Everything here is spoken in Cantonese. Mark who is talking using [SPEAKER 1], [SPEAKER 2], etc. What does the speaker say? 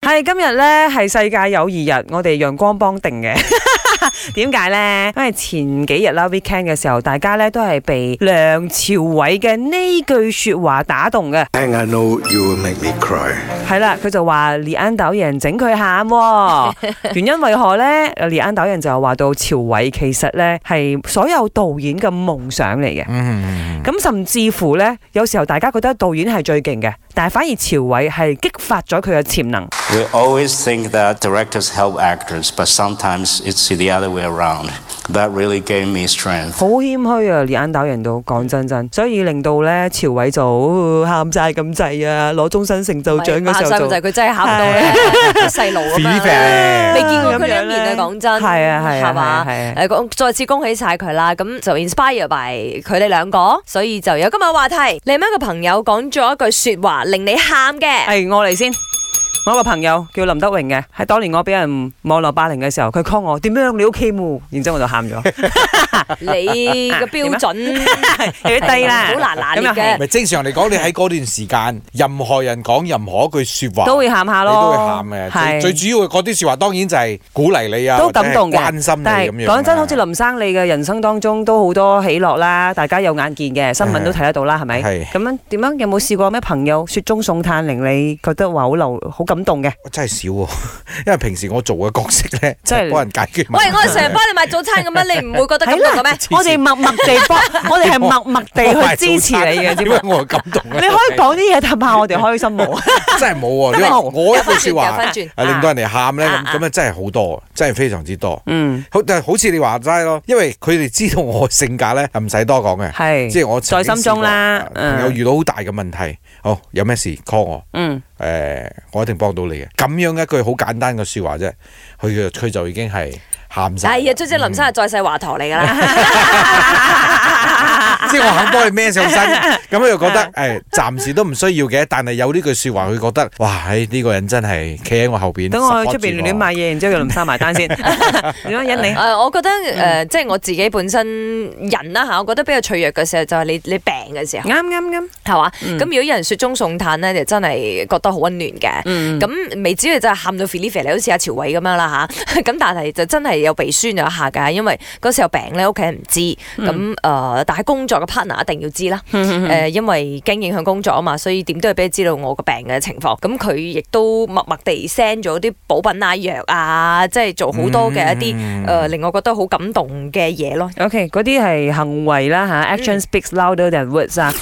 [SPEAKER 1] 係今日咧係世界友誼日，我哋陽光幫定嘅。 點解呢？因為前幾日啦，weekend 嘅時候，大家咧都係被梁朝偉嘅呢句說話打動嘅。
[SPEAKER 2] And I know you will make me cry.
[SPEAKER 1] 係啦，佢就話李安導演整佢喊 喎，原因為何呢？李安導演就話到朝偉其實呢係所有導演嘅夢想嚟嘅。
[SPEAKER 3] 嗯，
[SPEAKER 1] 咁甚至乎呢，有時候大家覺得導演係最勁嘅，但係反而朝偉係激發咗佢嘅潛能。
[SPEAKER 4] We always think that directors help actors, but sometimes it's the other way around. That really gave me strength.
[SPEAKER 1] 好謙虛啊！連眼打人到講真真，所以令到咧朝偉就呃喊晒咁滯啊！攞終身成就獎嘅時候
[SPEAKER 5] 啊就
[SPEAKER 1] 就
[SPEAKER 5] 係佢真係考唔到咧，細路咁
[SPEAKER 3] Fee
[SPEAKER 5] 樣。
[SPEAKER 3] 啡
[SPEAKER 5] 未見過佢呢一
[SPEAKER 1] 咁樣
[SPEAKER 5] 面啊！
[SPEAKER 1] 咧
[SPEAKER 5] 講真，
[SPEAKER 1] 係啊係啊
[SPEAKER 5] 係嘛
[SPEAKER 1] 係啊係
[SPEAKER 5] 誒，講再次恭喜晒佢啦！咁就 inspire by 佢哋兩個，所以就有今日話題。你有冇一個朋友講咗一句説話令你喊嘅？
[SPEAKER 1] 係我嚟先。我有個朋友叫林德榮嘅，喺當年我俾人網絡霸凌嘅時候，佢 call 我點樣你 OK 冇？然之後我就喊 咗，
[SPEAKER 5] 你嘅標準
[SPEAKER 1] 有啲低啦，
[SPEAKER 5] 好難拿
[SPEAKER 1] 咁
[SPEAKER 5] 捏
[SPEAKER 1] 又係
[SPEAKER 5] 嘅。
[SPEAKER 3] 咪正常嚟講，你喺嗰段時間，任何人講任何一句説話，
[SPEAKER 1] 嗯都會喊下
[SPEAKER 3] 你
[SPEAKER 1] 咯，
[SPEAKER 3] 都會喊嘅。
[SPEAKER 1] 係
[SPEAKER 3] 最最主要嗰啲説話當然就係鼓勵你啊，
[SPEAKER 1] 都感動嘅，
[SPEAKER 3] 或者係關心你
[SPEAKER 1] 但係
[SPEAKER 3] 咁樣啊。
[SPEAKER 1] 講真，好似林生你嘅人生當中都好多喜樂啦，大家有眼見嘅，新聞都睇得到啦，係咪？
[SPEAKER 3] 係
[SPEAKER 1] 咁樣點樣有冇試過咩朋友雪中送炭，令你覺得話好流好感動嘅？
[SPEAKER 3] 我真係少喎， 因為平時我做嘅角色咧，
[SPEAKER 1] 即
[SPEAKER 3] 即
[SPEAKER 1] 係
[SPEAKER 3] 係 幫人解決 問
[SPEAKER 5] 喂，
[SPEAKER 3] 題。
[SPEAKER 5] 我哋 成日幫你買早餐咁樣，你唔會覺得感動嘅咩？
[SPEAKER 3] 黐 線
[SPEAKER 1] 我哋默默地幫，我哋係默默地去支持你嘅，
[SPEAKER 3] 點
[SPEAKER 1] 知唔
[SPEAKER 3] 解
[SPEAKER 1] 知？
[SPEAKER 3] 我係感動
[SPEAKER 1] 你
[SPEAKER 3] 咧？
[SPEAKER 1] 可以講啲嘢氹下我哋開 心冇？
[SPEAKER 3] 真係冇喎。
[SPEAKER 1] 真
[SPEAKER 3] 你
[SPEAKER 1] 係
[SPEAKER 3] 話
[SPEAKER 1] 冇
[SPEAKER 3] 我一句説
[SPEAKER 5] 有
[SPEAKER 3] 話
[SPEAKER 5] 分轉有分轉
[SPEAKER 3] 係令到人哋喊咧，
[SPEAKER 1] 啊啊
[SPEAKER 3] 咁咁啊真係好多，真係非常之多。
[SPEAKER 1] 嗯，
[SPEAKER 3] 好，但係好似你話齋咯，因為佢哋知道我性格咧，唔使多講嘅。
[SPEAKER 1] 係，
[SPEAKER 3] 即係我曾經
[SPEAKER 1] 在心中啦
[SPEAKER 3] 試過啊朋友
[SPEAKER 1] 嗯
[SPEAKER 3] 遇到好大嘅問題，好有咩事 call 我，
[SPEAKER 1] 嗯，
[SPEAKER 3] 誒、我一定幫到你嘅。咁樣一句好簡單嘅説話啫，佢就佢就已經係喊
[SPEAKER 1] 哎
[SPEAKER 3] 晒。
[SPEAKER 5] 係啊，最知林生係再世華堂嚟㗎啦。
[SPEAKER 3] 即係我肯幫你孭上 身，咁佢就覺得誒暫時都唔需要嘅，但係有呢句説話，佢覺得哇，唉呢個人真係企喺我後邊，
[SPEAKER 1] 等我去出
[SPEAKER 3] support
[SPEAKER 1] 邊
[SPEAKER 3] 住
[SPEAKER 1] 亂買嘢，然之後叫林生埋單 先。點樣引你
[SPEAKER 5] 誒、？我覺得誒、即係我自己本身人啦嚇，我覺得比較脆弱嘅時候就係你你病嘅時候，
[SPEAKER 1] 啱啱啱，
[SPEAKER 5] 係嘛？咁、
[SPEAKER 1] 嗯
[SPEAKER 5] 如果有人雪中送炭咧，就真係覺得好温暖嘅。
[SPEAKER 1] 嗯，
[SPEAKER 5] 咁未至於就係喊到 f i l i 你好似阿朝偉咁樣啦吓， 咁但係就真係有鼻酸有一下㗎，因為嗰時候病咧，屋企人唔知，
[SPEAKER 1] 嗯
[SPEAKER 5] 咁誒、呃但係工作嘅 partner 一定要 知啦，誒、因為驚影響工作啊嘛，所以點都要俾佢知道我個病嘅情況，咁佢亦都默默地 send 咗啲補品啊、藥啊，即係做好多嘅一啲誒、
[SPEAKER 1] 嗯
[SPEAKER 5] 呃令我覺得好感動嘅嘢咯。
[SPEAKER 1] OK，嗰啲係行為啦嚇，action speaks louder than words 啊。